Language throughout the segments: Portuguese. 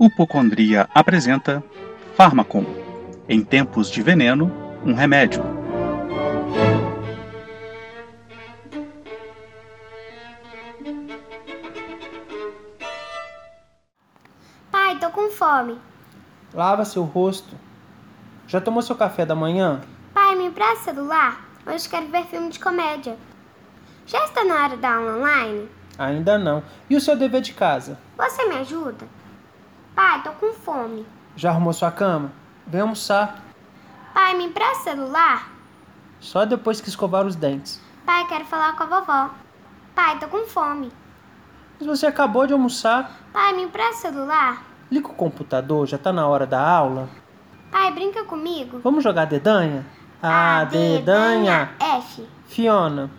Hipocondria apresenta Fármaco. Em tempos de veneno, um remédio. Pai, tô com fome. Lava seu rosto. Já tomou seu café da manhã? Pai, me empresta celular? Hoje quero ver filme de comédia. Já está na hora da aula online? Ainda não. E o seu dever de casa? Você me ajuda? Pai, tô com fome. Já arrumou sua cama? Vem almoçar. Pai, me empresta celular? Só depois que escovar os dentes. Pai, quero falar com a vovó. Pai, tô com fome. Mas você acabou de almoçar. Pai, me empresta celular? Liga o computador, já tá na hora da aula. Pai, brinca comigo. Vamos jogar dedanha? Ah, A dedanha. F. Fiona.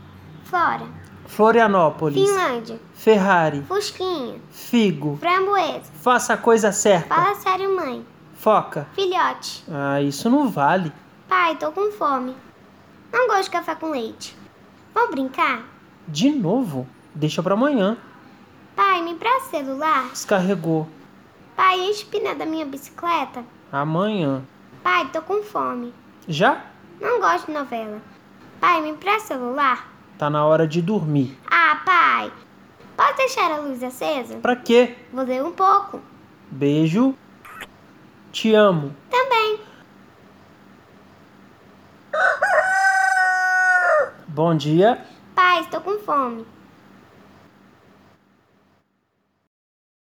Flora. Florianópolis. Finlândia. Ferrari. Fusquinha. Figo. Framboesa. Faça a coisa certa. Fala sério, mãe. Foca. Filhote. Ah, isso não vale. Pai, tô com fome. Não gosto de café com leite. Vamos brincar? De novo? Deixa pra amanhã. Pai, me empresta celular? Descarregou. Pai, enche o pneu da minha bicicleta. Amanhã. Pai, tô com fome. Já? Não gosto de novela. Pai, me empresta celular? Tá na hora de dormir. Ah, pai. Pode deixar a luz acesa? Pra quê? Vou ler um pouco. Beijo. Te amo. Também. Bom dia. Pai, estou com fome.